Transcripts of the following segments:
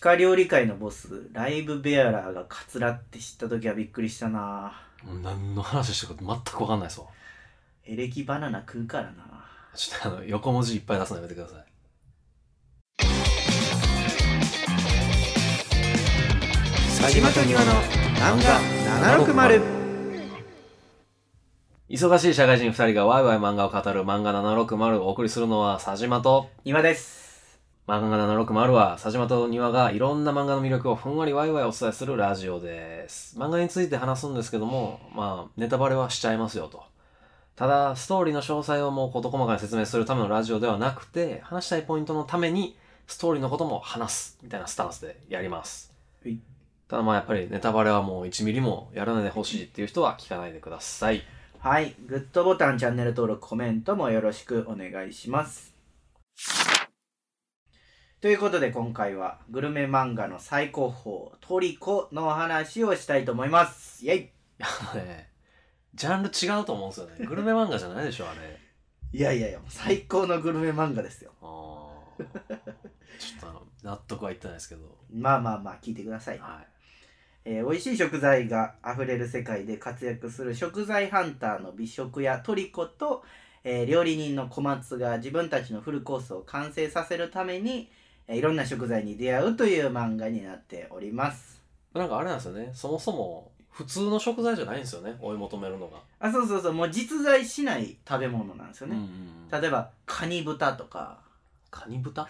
カ料理界のボス、ライブベアラーがカツラって知った時はびっくりしたなもう何の話してるか全く分かんないそうエレキバナナ食うからなちょっとあの横文字いっぱい出すのやめてください佐島と庭の漫画760忙しい社会人2人がワイワイ漫画を語る漫画760をお送りするのは佐島と庭です。漫画760は佐島と庭がいろんな漫画の魅力をふんわりワイワイお伝えするラジオです漫画について話すんですけどもまあネタバレはしちゃいますよとただストーリーの詳細をもう事細かに説明するためのラジオではなくて話したいポイントのためにストーリーのことも話すみたいなスタンスでやりますはいただまあやっぱりネタバレはもう1ミリもやらないでほしいっていう人は聞かないでくだ さいはい、グッドボタン、チャンネル登録、コメントもよろしくお願いします。ということで今回はグルメ漫画の最高峰、トリコのお話をしたいと思います。イェイあのね、ジャンル違うと思うんですよね。グルメ漫画じゃないでしょ、あれ。いやいやいや、最高のグルメ漫画ですよ。あーちょっとあの、納得はいってないですけど。まあまあまあ、聞いてください。はい。えー美味しい食材があふれる世界で活躍する食材ハンターの美食やトリコと、えー料理人の小松が自分たちのフルコースを完成させるために、えーいろんな食材に出会うという漫画になっておりますなんかあれなんですよね、そもそも普通の食材じゃないんですよね、追い求めるのが。あそうそうそうもう実在しない食べ物なんですようんね、うんうん、例えばカニ豚とかカニ豚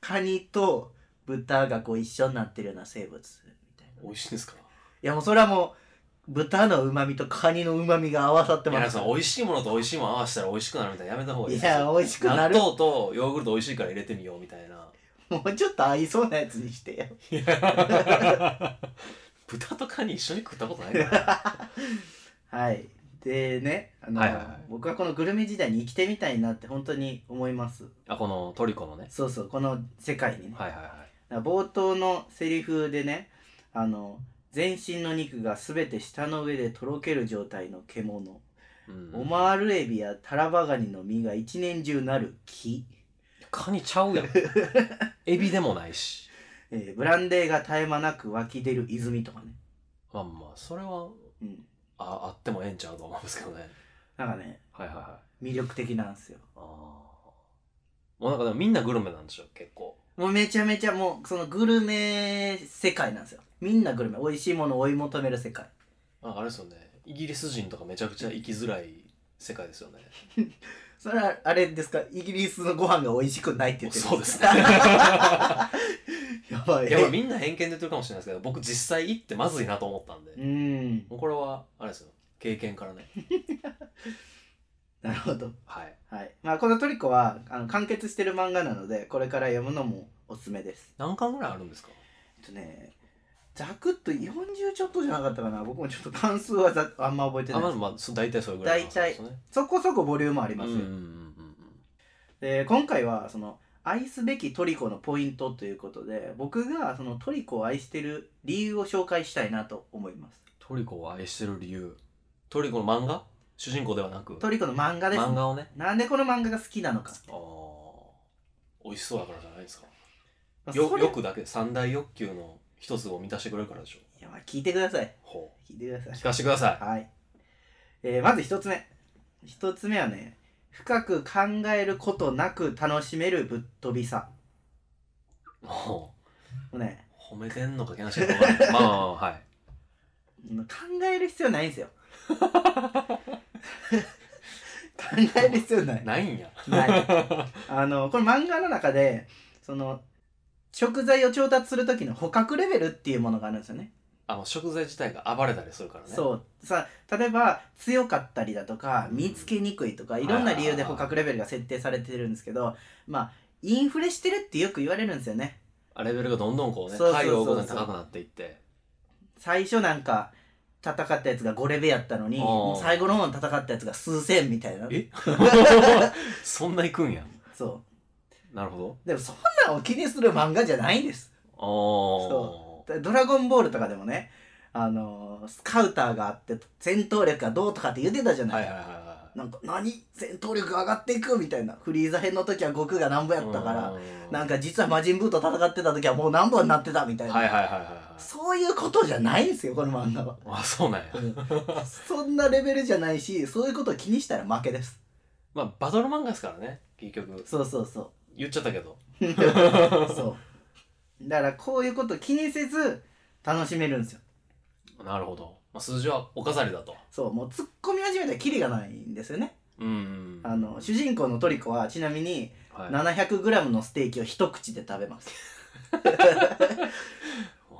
カニと豚がこう一緒になってるような生物みたいない美味しいんですかやもうそれはもう豚のうまみとカニのうまみが合わさっていや、ますその美味しいものと美味しいもの合わせたら美味しくなるみたいなやめた方がいいいや美味しくなる納豆とヨーグルト美味しいから入れてみようみたいな。もうちょっと合いそうなやつにしてよいや豚とカニ一緒に食ったことないから。はい。でね、あの、はいはいはい僕はこのグルメ時代に生きてみたいなって本当に思います。あ、このトリコのね。そうそう、この世界にね。はいはいはい。冒頭のセリフでね、あの、全身の肉が全て舌の上でとろける状態の獣。うんオマールエビやタラバガニの身が一年中なる木。カニちゃうやんエビでもないしえーブランデーが絶え間なく湧き出る泉とかね。まあまあそれはうん。ああってもええんちゃうと思うんですけどねなんかね、はいはいはいあ魅力的なんですよ。あもうなんかでもみんなグルメなんでしょ結構もうめちゃめちゃもう、そのグルメ世界なんですよ。みんなグルメ。美味しいものを追い求める世界。なんかあれですよねイギリス人とかめちゃくちゃ生きづらい世界ですよねそれはあれですかイギリスのご飯が美味しくないって言ってるそうです ねやばい いやま あみんな偏見で言ってるかもしれないですけど僕実際行ってまずいなと思ったんで、うーんもうこれはあれですよ経験からねなるほど、はいはいまあ、このトリコはあの完結してる漫画なのでこれから読むのもおすすめです何巻ぐらいあるんですかえっとねざくっと40ちょっとじゃなかったかな僕もちょっと関数はざあんま覚えてあないでまあすまあそ大体それぐらいの話ですよねそこそこボリュームありうんまうすんよ、うんうんで今回はその愛すべきトリコのポイントということで僕がそのトリコを愛してる理由を紹介したいなと思いますトリコを愛してる理由トリコの漫画主人公ではなくトリコの漫画ですね漫画をねなんでこの漫画が好きなのかああ美味しそうだからじゃないですかそよれ欲だけ三大欲求の一つを満たしてくれるからでしょいやまあ聞いてくださいほ聞いてくださう聞いかせてくださはい、えーまず一つ目一つ目はね深く考えることなく楽しめるぶっ飛びさいももうねう褒めてんのかけなしか分かん ないまあまあまあはい考える必要ないんで すよ考える必要 ないないんやないあのこれ漫画の中でその食材を調達する時の捕獲レベルっていうものがあるんですよね あの食材自体が暴れたりするからねそうさ例えば強かったりだとかうん見つけにくいとか、いろんな理由では捕いはいはい獲レベルが設定されてるんですけどまあインフレしてるってよく言われるんですよねあレベルがどんどんこうねそうそうそうそう回を追うごとに高くなって いって最初なんか戦ったやつが5レベやったのにあーもう最後の方に戦ったやつが数千みたいなえそんないくんやそなるほうでもそんなんを気にする漫画じゃないんですどああでドラゴンボールとかでもねあのースカウターがあって戦闘力がどうとかって言ってたじゃない、はいはいはいはなんか何戦闘力上がっていくみたいなフリーザ編の時は悟空がなんぼやったから、うんなんか実は魔人ブーと戦ってた時はもう何ぼになってたみたいな、はいはいはいはいはいそういうことじゃないんですよこの漫画 は。あそうなんやそんなレベルじゃないしそういうことを気にしたら負けですまあバトル漫画ですからね結局そうそうそ言っちゃったけど うそうだからこういうこと気にせず楽しめるんですよなるほど、まあ、数字はお飾りだとそうもう突っ込み始めたらキリがないんですよねうんあの主人公のトリコはちなみにはい、も 700g のステーキを一口で食べますう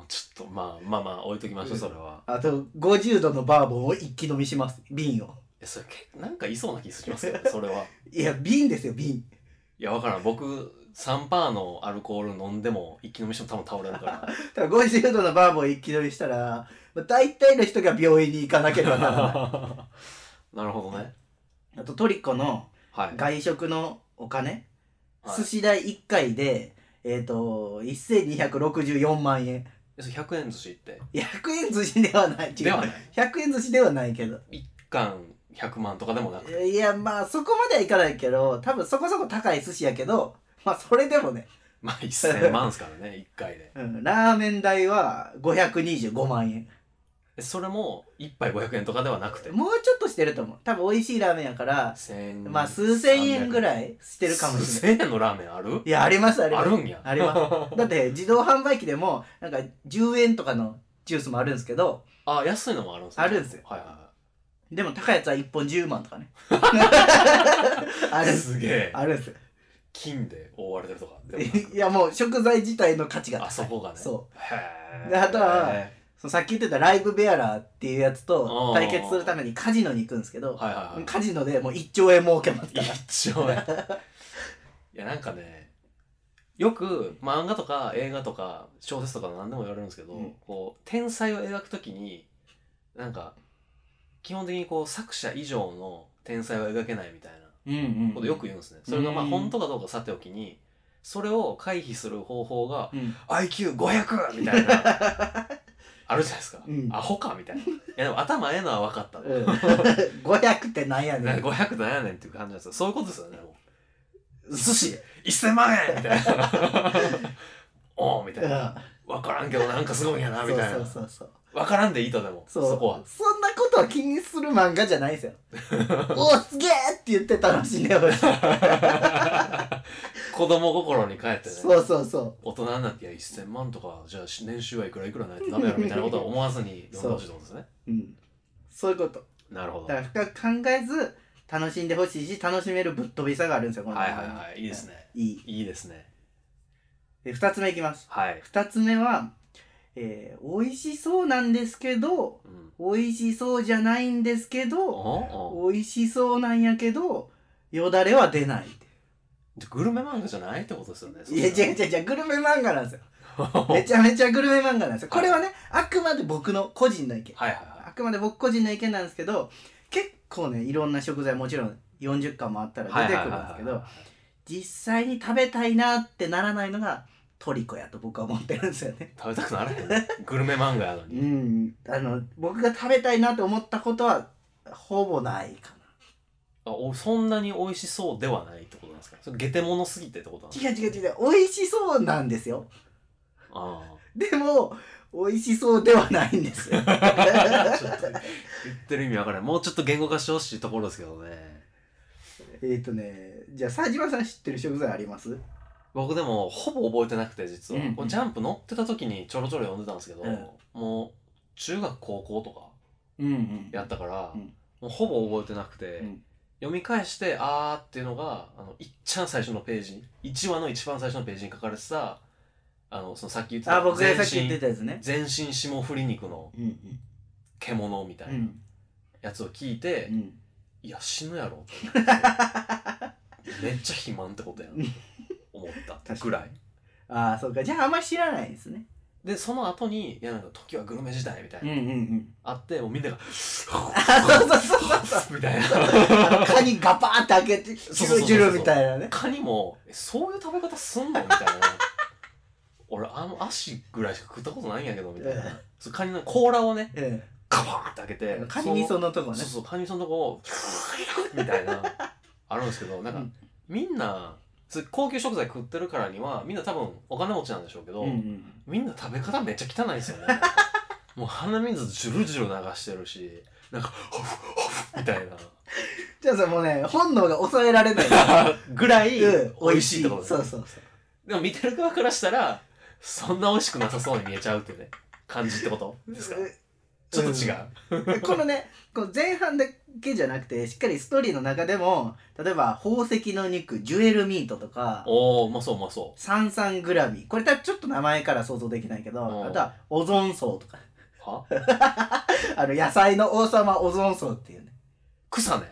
ちょっとまあまあまあ置いときましょうそれは、あと50度のバーボンを一気飲みします瓶をえそれけなんかいそうな気しますけどそれはい や瓶ですよ瓶いやわからん僕3パーのアルコール飲んでも一気飲みしても多分倒れるから だから50度のバーボンを一気飲みしたらまあ大体の人が病院に行かなければなら ないなるほどね。あとトリコのはい。外食のお金、はい寿司代1回で、えっ、と、1264万円。えそれ100円寿司って。 100円寿司ではない。違うではない。 100円寿司ではないけど。 1貫100万とかでもなく。いや、まあ、そこまではいかないけど、多分そこそこ高い寿司やけど、まあ、それでもね、まあ1000万ですからね、1回で。うん、ラーメン代は525万円。えそれも1杯500円とかではなくて。もうちょっとしてると思う。多分美味しいラーメンやから、千まあ、数千円ぐいらいしてるかもしれない。 1000円のラーメンあるいや、あります、ありまあす。るんや。ありま だって自動販売機でもなんか10円とかのジュースもあるんですけどあ、安いのもあるんですねあるんですよはいはでも高いやつは1本10万 とかねあいるはい。んですすげえ。あるんです金で覆われてるとか。でもなくいやもう食材自体の価値が高いあそこがね。。そうへでえ。あとはへそのさっき言ってたライブベアラーっていうやつとあー対決するためにカジノに行くんですけーどはいはいはい。カジノでもう1兆円儲けますから一 応ねいやなんかねよく漫画とか映画とか小説とか何でも言われるんですけど、うんこう天才を描くときになんか基本的にこう作者以上の天才は描けないみたいなうんうんことよく言うんですね、それがまあうん本当かどうかさておきにそれを回避する方法がうん IQ500 みたいな あるじゃないですか、うんアホかみたいないやでも頭ええのは分かったと、うん500ってなんやねなんんか500って何やねんっていう感じなんですよそういうことですよねもう寿司1000万円みたいな おおみたういんな分からんけどなんかすごいんやなみたいそうなそうそうそう分からんでいいとでもそそうこ はそんなことは気にする漫画じゃない ですよおーすげえって言って楽しんでほしい子供心に帰ってねそうそうそ大人になっていや1000万とかじゃあ年収はいくらいくらないとダメやろみたいなことは思わずに読んでほしいってことですねううんそういうことなるほどだはいから深く考えず楽しんでほしいし楽しめるぶっ飛びさがあるんですよこのはい漫画にはいいいですねいいいいですねで2つ目いきますはい、 2つ目は、えー、美味しそうなんですけどうん、美味しそうじゃないんですけおどお美味しそうなんやけどよだれは出ないじゃあグルメ漫画じゃないってことですよねいや違う違うう違うグルメ漫画なんですよめちゃめちゃグルメ漫画なんですよこれはねあくまで僕の個人の意見はいはいはあくまで僕個人の意見なんですけど結構ねいろんな食材もちろん40巻もあったら出いてはくいるんはですいけはいど実際に食べたいなってならないのがトリコやと僕は思ってるんですよね。食べたくならへんねグルメ漫画やのうにん、あの僕が食べたいなと思ったことはほぼないかあおそんなに美味しそうではないってことなんですかそれゲテモノすぎてってことなんですかな違う違う違う美味しそうなんですよあでも美味しそうではないんですよあちょっと言ってる意味わからないもうちょっと言語化してほしいところですけどね えっとねじゃあ佐島さん知ってる食材あります僕でもほぼ覚えてなくて実は、うんこうジャンプ乗ってた時にちょろちょろ読んでたんですけど、うんもう中学高校とかうんうんやったから、うんもうほぼ覚えてなくて、うん読み返してあーっていうのがあのいっちゃん最初のページ1話の一番最初のページに書かれてたあのそのさっき言ってたあ僕がさっき言って全身たやつね全身霜降り肉のうん獣みたいな、うんやつを聞いて、うんいや死ぬ やろってめっちゃ肥満ってことやうんん思ったぐらいああそうかじゃああんまり知らないですねでその後にいやなんか時はグルメ時代みたいな、うんうんあってもうみ んながそうそうそうそう み たいなあのカニガバーって開けてジそュうそうルそうそうジュルみたいなねカニもえそういう食べ方すんのみたいな 俺あの足ぐらいしか食ったことないんやけどみたいなそうカニの甲羅をねうんカカバーンって開けてカニ味噌のとこそねうそうカニさんのとこをみたい なあるんですけどなんか、うんみんなつ高級食材食ってるからにはみんな多分お金持ちなんでしょうけど、うんうんみんな食べ方めっちゃ汚いんですよ ねもう鼻水ジュルジュル流してるしなんかホフホフみた いなじゃあさもうね本能が抑えられないぐらいうん美味しいってことですそねうそうそうでも見てる側からしたらそんな美味しくなさそうに見えちゃうってね感じってことですかちょっと違う、うんこのねこう前半だけじゃなくてしっかりストーリーの中でも例えば宝石の肉ジュエルミートとかおおうまそううまそうサンサングラミーこれ多分ちょっと名前から想像できないけどうんあとはオゾン層とか はあの野菜の王様オゾン層っていうね草ね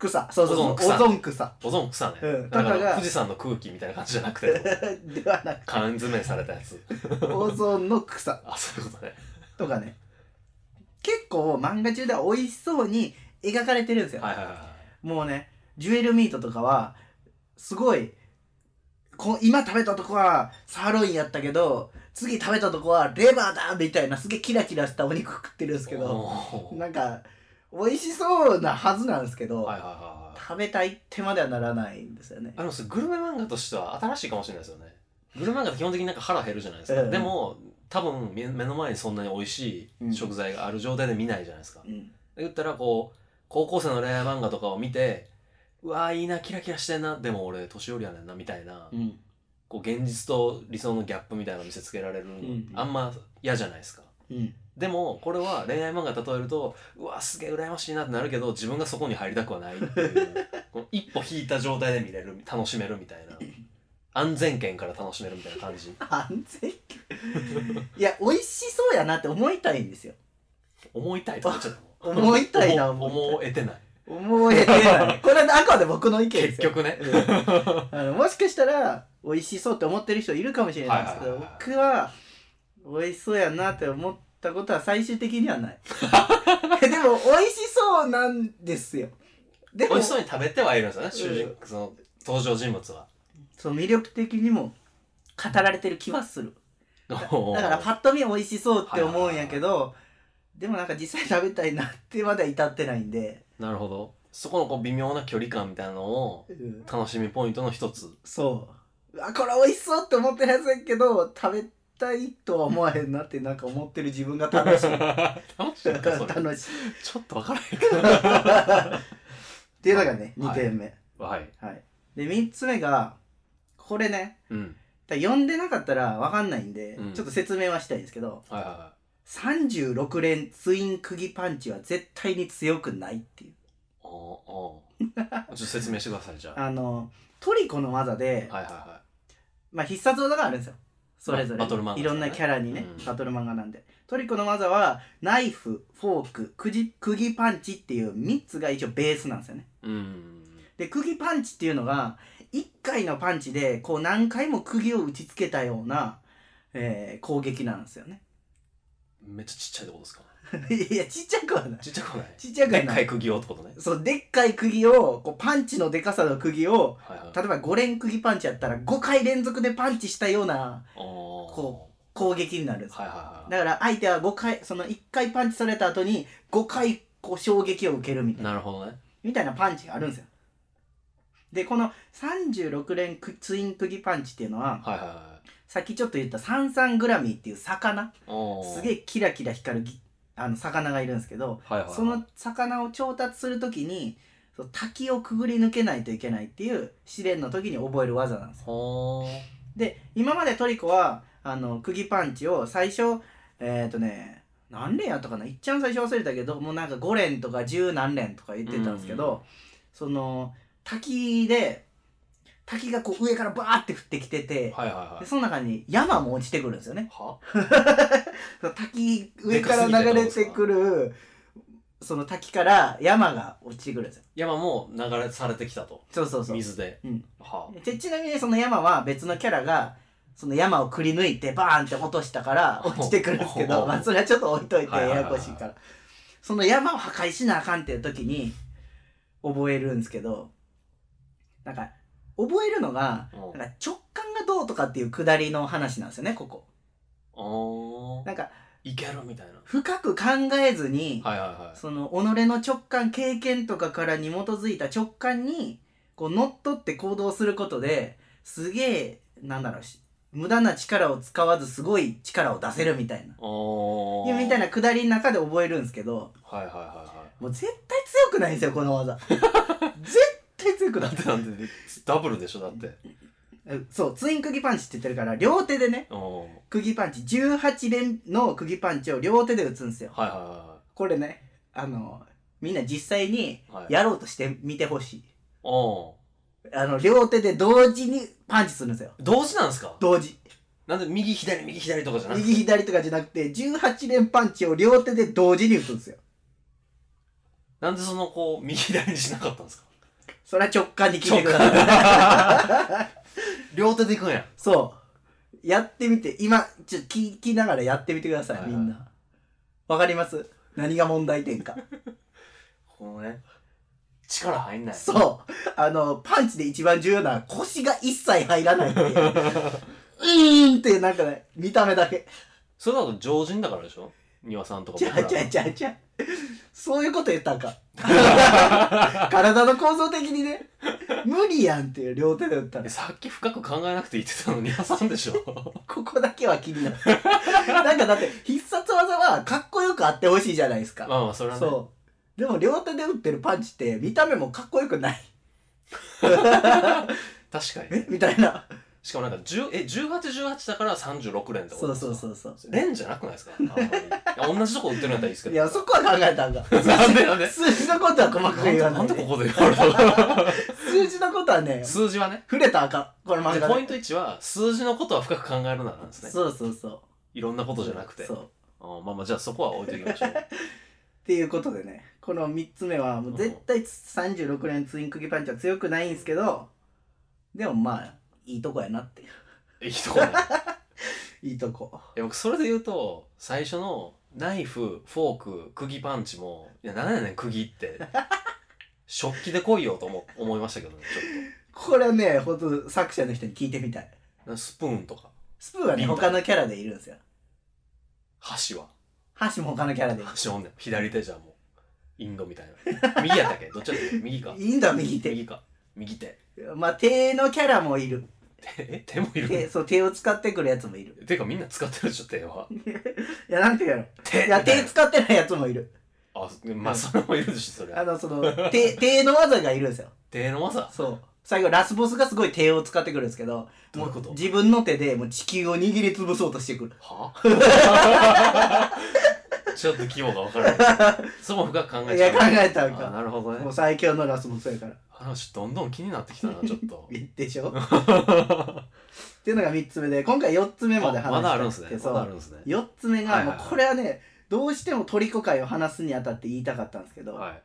草そうそうそうオゾン草オゾン草 オゾン草ね、うんだかだからら富士山の空気みたいな感じじゃなくてではなく缶詰めされたやつオゾンの草あそういうことねとかね結構漫画中では美味しそうに描かれてるんですよ、はいはいはいもうねジュエルミートとかはすごいこ今食べたとこはサーロインやったけど次食べたとこはレバーだみたいなすげえキラキラしたお肉食ってるんですけどおーなんか美味しそうなはずなんですけど、はいはいはいはい食べたいってまではならないんですよねあ。でもそれグルメ漫画としては新しいかもしれないですよねグルメ漫画って基本的になんか腹減るじゃないですか、うんでも多分目目の前にそんなに美味しい食材がある状態で見ないじゃないですか、うん、言ったらこう高校生の恋愛漫画とかを見てうわーいいなキラキラしてんなでも俺年寄りやねんなみたいな、うん、こう現実と理想のギャップみたいなの見せつけられるの、んあんま嫌じゃないですかうん、でもこれは恋愛漫画例えるとうわすげえ羨ましいなってなるけど自分がそこに入りたくはないっていう この一歩引いた状態で見れる楽しめるみたいな安全圏から楽しめるみたいな感じ安全圏いや美味しそうやなって思いたいんですよ。思いたいとか言っちゃったもん 思いたいな思思いたい思えてない思えてない。これはあくまで僕の意見ですよ。結局ね、うんあのもしかしたら美味しそうって思ってる人いるかもしれないですけはどいはいはい僕は美味しそうやなって思ったことは最終的にはない でも美味しそうなんですよで美も味しそそうに食べてはいるんですよね、主う人その登場人物はう魅力的にも語られてる気はするだかだからパッと見美味しそうって思うんやけどでもなんか実際食べたいなってまでは至ってないんで、なるほどそこのこう微妙な距離感みたいなのをうん楽しみポイントの一つ そうあこれ美味しそうって思ってるやつやけど食べたいとは思わへんなってなんか思ってる自分が楽しい楽しいのかそれ楽 しいちょっとわからへんけどっていうのがね、は2い点目、 はいで3つ目がこれねうんだ読んでなかったら分かんないんで、うんちょっと説明はしたいんですけどはいはいはい36連ツイン釘パンチは絶対に強くないっていうおおちょっと説明してくださいじゃああのトリコの技で、はいはいはまあ必殺技があるんですよそれぞれ、まバトル漫画ですねいろんなキャラにね、うんバトル漫画なんでトリコの技はナイフフォーク釘釘パンチっていう3つが一応ベースなんですよねいうんで釘パンチっていうのが1回のパンチでこう何回も釘を打ちつけたような、えー攻撃なんですよね めっちゃちっちゃいってことですかいやちっちゃくはないちっちゃくないちっちゃくではっなかいい釘をってことねそうでっかい釘をこうパンチのでかさの釘をはいはい例えば5連釘パンチやったら5回連続でパンチしたようなおーこ攻撃になるんですはいはいだはから相手は5回その1回パンチされた後に5回こう衝撃を受けるみたいいななるほどねみたいなパンチがあるんですよでこの36連くツイン釘パンチっていうのははいはいはいさっきちょっと言ったサンサングラミーっていう魚おーすげえキラキラ光るぎあの魚がいるんですけどはいはいはいその魚を調達する時にそう滝をくぐり抜けないといけないっていう試練の時に覚える技なんですよほーで今までトリコはあの釘パンチを最初えっ、ー、とね何連やったかないっちゃん最初忘れたけどもうなんか5連とか十何連とか言ってたんですけど、うんその滝で滝がこう上からバーって降ってきてて、はいはいはいでその中に山も落ちてくるんですよねはその滝上から流れてくるその滝から山が落ちてくるんですよ山も流れされてきたとそうそうそう水で、うんはでちなみにその山は別のキャラがその山をくり抜いてバーンって落としたから落ちてくるんですけおおどまあそれはちょっと置いといてはいやはいはいはいやこしいからその山を破壊しなあかんっていう時に覚えるんですけどなんか覚えるのがあ、うんなんか直感がどうとかっていうくだりの話なんですよねここおーなんかいけるみたいな。深く考えずに、はいはいはい。その己の直感経験とかからに基づいた直感にこう乗っ取って行動することですげえなんだろうし無駄な力を使わずすごい力を出せるみたいなおいうみたいな。なくだりの中で覚えるんですけどはいはいはいはい。もう絶対強くないんですよこの技絶対強くなだいってなんてダブルでしょだって。えそうツイン釘パンチって言ってるから両手でねうん。はい釘パンチ18連の釘パンチを両手で打つんですよはいはこれねあのみんな実際にいはい。はい。やろうとしてみてほしいおあの、両手で同時にパンチするんですよ。同時なんですか同時。なんで右左右左とかじゃなくて右左とかじゃなくて、18連パンチを両手で同時に打つんですよ。なんでそのこう右左にしなかったんですかそれは直感に聞いてください。 両手でいくんや。 そう。やってみて、今、ちょっと聞きながらやってみてくださはいい、はいみんな。わかります何が問題点か。このね、力入んない。そう。あの、パンチで一番重要なのは腰が一切入らない っていう。うーんって、なんかね、見た目だけ。それだと常人だからでしょ庭さんとかちゃ僕うらちゃうちゃうちゃう。そういうこと言ったん か。体の構造的にね、無理やんっていう両手で打ったらえ、さっき深く考えなくていいって言ってたの庭さんでしょここだけは気にな る。なんかだって、必殺技はかっこよくあってほしいじゃないですか。まあまあそれはねそう。でも両手で打ってるパンチって見た目もかっこよくない。確かにえみたいな。しかもなんか10え1818だから36連ってことそうですそうかそうそう。連じゃなくないですかあんまりいや同じとこ売ってるんやったらいいですけどいや、そこは考えたんだ。なんでなんで数字のことは細かく言わなないんでで。ここで言われたの数字のことはね、数字はね触れたらあかん。この漫で画ポイでント1は数字のことは深く考えるななんですねそうそうそう。いろんなことじゃなくてそう。あまあまあじゃあそこは置いときましょう っていうことでねこの3つ目はもう絶対36連ツインクギパンチは強くないんですけどでもまあいいとこやなっていいいとこねういいとこいや僕それで言うと最初のナイフフォーク釘パンチもいや何やねん釘って食器で来いよと思思いましたけどねちょっこれはねほんと作者の人に聞いてみたいとなスプーンとかスプーンはねリンダ他のキャラでいるんですよ箸 は箸も他のキャラでいる箸おんねん左手じゃもうインドみたい な右やったっけどっちやったっけ右かインドは 右手右か 右手まあ手のキャラもいるえ手もいる手そう手を使ってくるやつもいるてかみんな使ってるでしょ 手はいやなんていうや手ろいやみた手いな使ってないやつもいるあまあそれもいるでしょそれあのその 手手の技がいるんですよ手の技そう最後ラスボスがすごい手を使ってくるんですけどどういうこと自分の手でもう地球を握りつぶそうとしてくるは ちょっと規模が分からないそこも深く考えいちゃやう考えたんあかなるほどねもう最強のラスボスやから話どんどん気になってきたなちょっ と でしょっていうのが3つ目で今回4つ目まで話してまだあるんですねそまうだあるんですね4つ目はがいはいもはいうこれはねどうしてもトリコ界を話すにあたって言いたかったんですけど、はい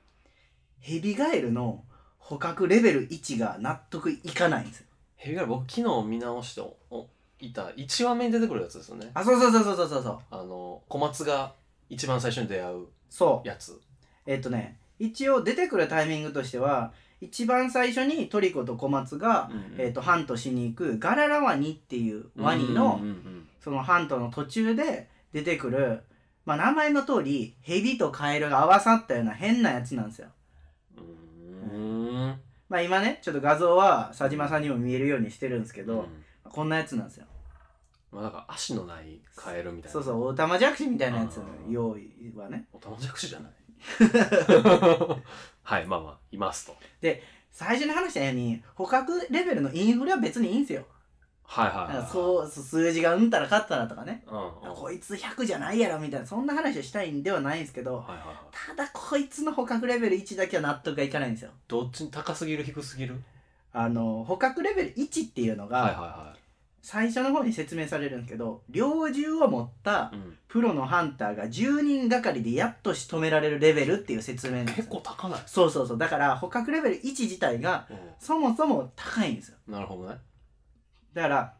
ヘビガエルの捕獲レベル1が納得いかないんですよヘビガル僕昨日見直しておおいた1話目に出てくるやつですよねあそうそうそうそうそうそうそうあの小松が一番最初に出会うそうやつえっとね一応出てくるタイミングとしては一番最初にトリコと小松が、うんうんえっとハントしに行くガララワニっていうワニうのんうんうんそのハントの途中で出てくる、まあ、名前の通りヘビとカエルが合わさったような変なやつなんですよ。うんうーんまあ今ねちょっと画像は佐島さんにも見えるようにしてるんですけど、うんこんなやつなんですよ。まあ、なんか足のないカエルみたいなそうそうオタマジャクシみたいなやつあー用意はね。おたまじゃくし じゃないはいまあまあいますと最初に話したように捕獲レベルのインフレは別にいいんですよ。はいはいなんはかいそうそう数字がうんたらかったらとかね。うんうんあこいつ100じゃないやろみたいなそんな話をしたいんではないんですけどはいはいはいただこいつの捕獲レベル1だけは納得がいかないんですよどっちに高すぎる低すぎるあの捕獲レベル1っていうのはいはいが最初の方に説明されるんですけど猟銃を持ったはい、うん、プロのハンターが10人がかりでやっと仕留められるレベルっていう説明なんです結よ構高ないそうそうそうだから捕獲レベル1自体がそもそも高いんですよなるほどね。だから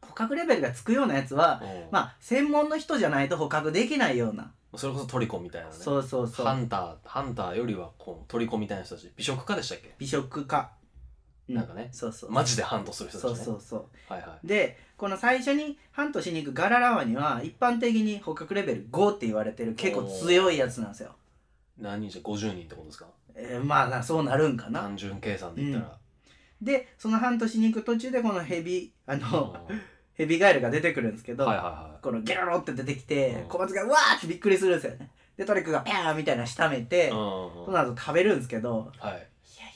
捕獲レベルがつくようなやつはまあ専門の人じゃないと捕獲できないようなそれこそトリコみたいなね。そうそうそうハンター、ハンターよりはこうトリコみたいな人たち。美食家でしたっけ美食家うなんかねそうそうマジでハントする人たそちうねそうそうはいはいでこの最初にハントしに行くガララワニは一般的に捕獲レベル5って言われてる結構強いやつなんですよ、何人じゃ50人ってことですかえーまあなそうなるんかな単純計算で言ったら、でそのハントしに行く途中でこのヘビあのヘビガエルが出てくるんですけど、はいはいはこのギャロロって出てきてうん小松がうわーってびっくりするんですよねでトリックがピャーみたいなのしためいて、うんうんそうんの後食べるんですけどはいいやい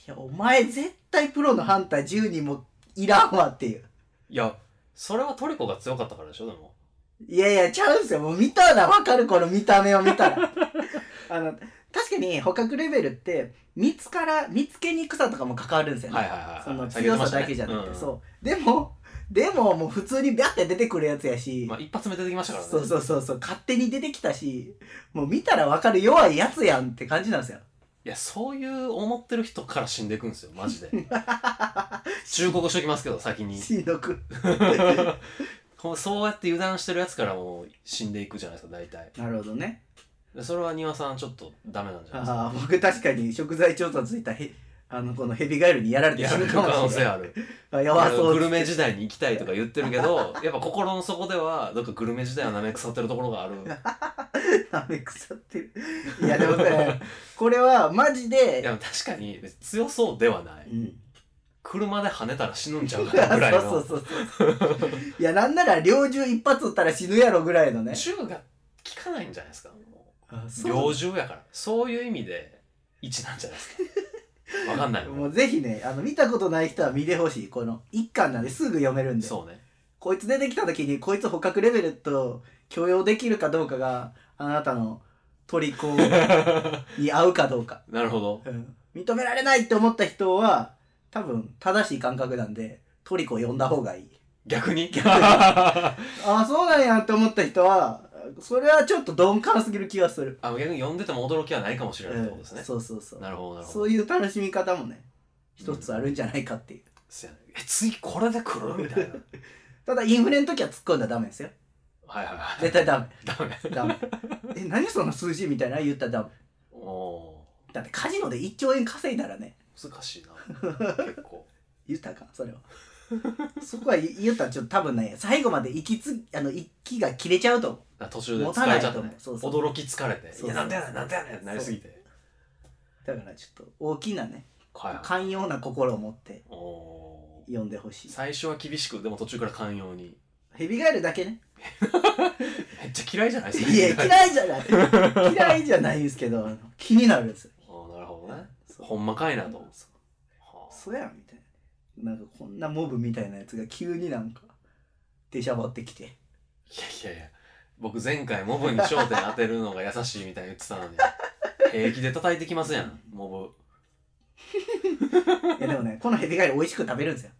やお前絶対プロのハンター10人もいらんわっていういやそれはトリコが強かったからでしょでもいやいやちゃうんすよもう見たらわかるこの見た目を見た らあの確かに捕獲レベルって見つから見つけにくさとかも関わるんですよね、はいはいはいはいその先強言ってさましたねだけじゃなくて、うんそうでもでももう普通にビャって出てくるやつやし、まあ一発目出てきましたからねそうそうそうそう勝手に出てきたしもう見たらわかる弱いやつやんって感じなんですよいやそういう思ってる人から死んでいくんですよマ ジで忠告しときますけど先にしんどくこうそうやって油断してるやつからもう死んでいくじゃないですか大体なるほどねでそれは庭さんちょっとダメなんじゃないですかああ僕確かに食材調査ついたへあのこのヘビガエルにやられてや死られぬるか可能もしれ性ないあ るあ弱そうグルメ時代に行きたいとか言ってるけどやっぱ心の底ではどっかグルメ時代は舐め腐ってるところがある なめ腐ってるいやでもねこれはマジでいや確かに別に強そうではないうん、車で跳ねたら死ぬんちゃうそかうなぐらいの そうそうそういやなんなら猟銃一発撃ったら死ぬやろぐらいのね銃が効かないんじゃないですかあ猟そ銃やからそういう意味で1なんじゃないです かわかんないうよもうぜひねあの見たことない人は見てほしいこの一巻なんですぐ読めるんでそうね こいつ出てきた時にこいつ捕獲レベルと許容できるかどうかがあなたの虜に合うかどうか、なるほどうん認められないって思った人は多分正しい感覚なんでトリコ呼んだ方がいい 逆にああそうなんやって思った人はそれはちょっと鈍感すぎる気がする、あ逆に呼んでても驚きはないかもしれないってことですね、そうそうそうなるほどなるほどそういう楽しみ方もねうん一つあるんじゃないかっていう、せやねえ次これで来るみたいなただインフレの時は突っ込んだらダメですよはいはいはい絶対ダメダメダメ え何その数字みたいなの言ったらダメおおだってカジノで1兆円稼いだらねー難し いな結構言ったらあかんそれはそこは言言ったらちょっと多分ね最後まで息つあの息が切れちゃうと思あ途中で疲れち持ゃったたないと思うねそうそう驚き疲れてそうそういやなんでやねんなんでやねんってなりすぎてうだからちょっと大きなねはいはい寛容な心を持っておー読んでほしい最初は厳しくでも途中から寛容にヘビガエルだけねめっちゃ嫌いじゃないですかいや 嫌いじゃな い嫌いじゃないんですけどあの気になるんですよあーなるほどねそうほんまかいなとそうはそうやんみたいななんかこんなモブみたいなやつが急になんか出しゃばってきてあいやいやいや僕前回モブに焦点当てるのが優しいみたいに言ってた のに平気で叩いてきますやんモブいやでも ねこのヘビガエル美味しく食べるんですよ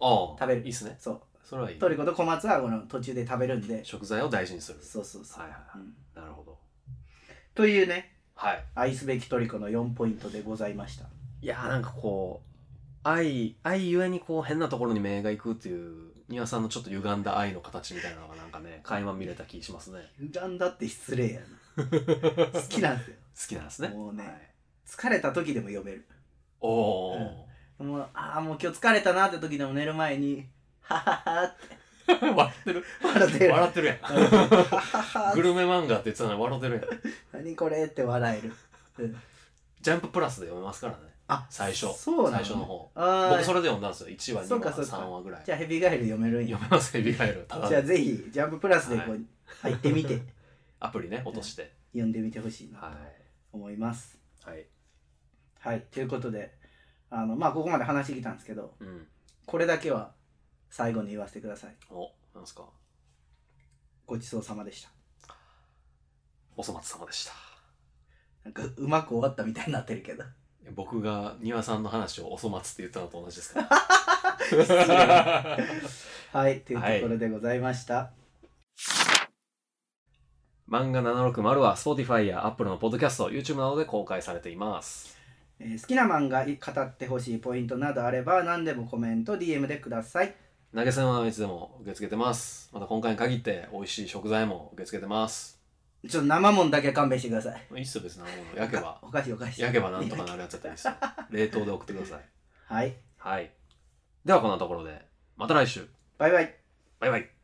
ああ食べるいいっすねそそれはいういトリコと小松はこの途中で食べるんで食材を大事にするそうそうそう、はいはいはいうんなるほどというねはい愛すべきトリコの4ポイントでございましたいやーなんかこう愛愛ゆえにこう変なところに目が行くっていう丹羽さんのちょっと歪んだ愛の形みたいなのがなんかね垣間見れた気しますね歪んだって失礼や な好きなんですよ好きなんですねもうねはい疲れた時でも読めるおお、もうああもう今日疲れたなって時でも寝る前に「ははは」って 笑ってる笑ってる笑ってるやん「はははグルメ漫画って言ってたのに笑ってるやん何これ」って笑える、うんジャンププラスで読めますからねあ最初そうな最初の方あ僕それれで読んだんですよ1話そう2か話そうか3話ぐらいじゃあヘビガエル読めるんや読めますヘビガエルただじゃあぜひジャンププラスでこう、は入ってみてアプリね落として読んでみてほしいなとは思いますいはいはいということであのまあここまで話してきたんですけどうんこれだけは最後に言わせてくださいおなんですかごちそうさまでしたお粗末様でしたなんかうまく終わったみたいになってるけど僕が庭さんの話をお粗末って言ったのと同じですか失礼はいというところでございました、漫画760は Spotify や Apple のポッドキャスト YouTube などで公開されていますえー好きな漫画語ってほしいポイントなどあれば何でもコメント DM でください投げ銭はいつでも受け付けてますまた今回に限って美味しい食材も受け付けてますちょっと生もんだけは勘弁してくださいいいっすよ別にあの焼けば おかしいおかしい焼けばなんとかなるやつだったらいいっすよ冷凍で送ってくださいはいはい。ではこんなところで、また来週。バイバイバイバイ。